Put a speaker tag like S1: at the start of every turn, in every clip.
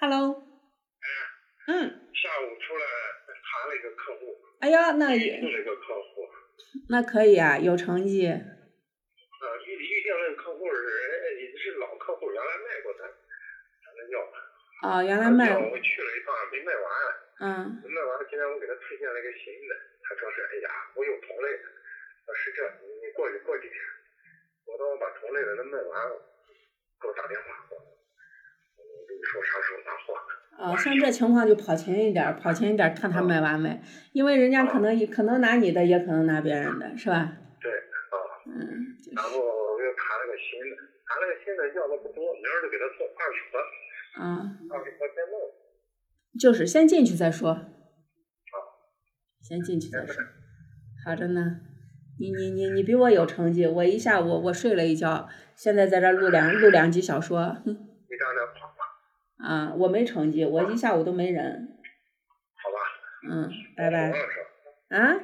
S1: Hello，
S2: 哎，
S1: 嗯，
S2: 下午出来谈了一个客户，
S1: 哎呀，那
S2: 遇
S1: 也
S2: 了一个客户，
S1: 那可以啊，有成绩。
S2: 啊，遇遇见了客户，人也是老客户，原来卖过的，咱们要，
S1: 哦，原来卖
S2: 要
S1: 过，
S2: 我去了一趟没卖完，
S1: 嗯，
S2: 没卖完，今天我给他推荐了一个新的，他说是，哎呀，我有同类的，我说是这，你你过去过几天，我等我把同类的能卖完，给我打电话，我我跟你说啥时候拿货，
S1: 哦，像这情况就跑前一点儿，跑前一点儿看他卖完没，因为人家可能也可能拿嗯你的，也可能拿别人的，是吧？
S2: 对，啊。
S1: 嗯，就
S2: 然
S1: 是，
S2: 后我又谈了个新的，谈了个新的要的不多，明儿就给他做二手的，
S1: 啊，
S2: 二手的再弄。
S1: 就是先进去再说，先进去再说。好着呢，你你你你比我有成绩，我一下午我睡了一觉，现在在这儿录两录两集小说，哼
S2: 你刚才跑了，
S1: 啊，我没成绩，我一下午都没人，
S2: 好吧？
S1: 嗯，拜
S2: 我
S1: 拜
S2: 忘了说
S1: 啊。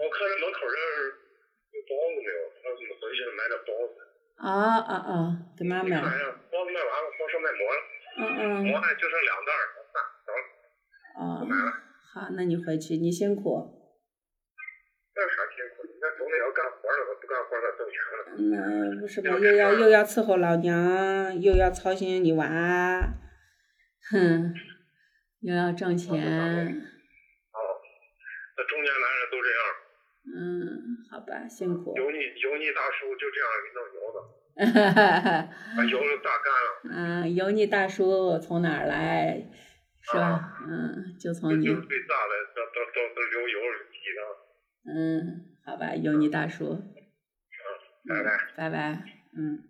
S2: 我看这门口这儿有包子没有？我们回去买点包子。
S1: 啊啊啊！给妈
S2: 你
S1: 买
S2: 看，一下，包子卖完了，包子卖馍了，
S1: 嗯嗯，
S2: 馍呢就剩两袋儿，那行了，
S1: 哦，好，那你回去，你辛苦。
S2: 那有啥辛苦的？那总得要干活儿了吧？不干活儿那挣钱了。
S1: 那不是吧？又要又要伺候老娘，又要操心你娃，哼，又要挣钱，
S2: 哦，那中年男人都这样，
S1: 嗯，好吧，辛苦。
S2: 油腻油腻大叔就这样一弄油的，把油都榨干了。
S1: 嗯，油腻大叔从哪儿来？是吧？嗯，就
S2: 就
S1: 从你
S2: 就，是被炸的，都都都都流油儿挤的。
S1: 嗯，好吧，油腻大叔。
S2: 拜拜
S1: 拜拜，嗯。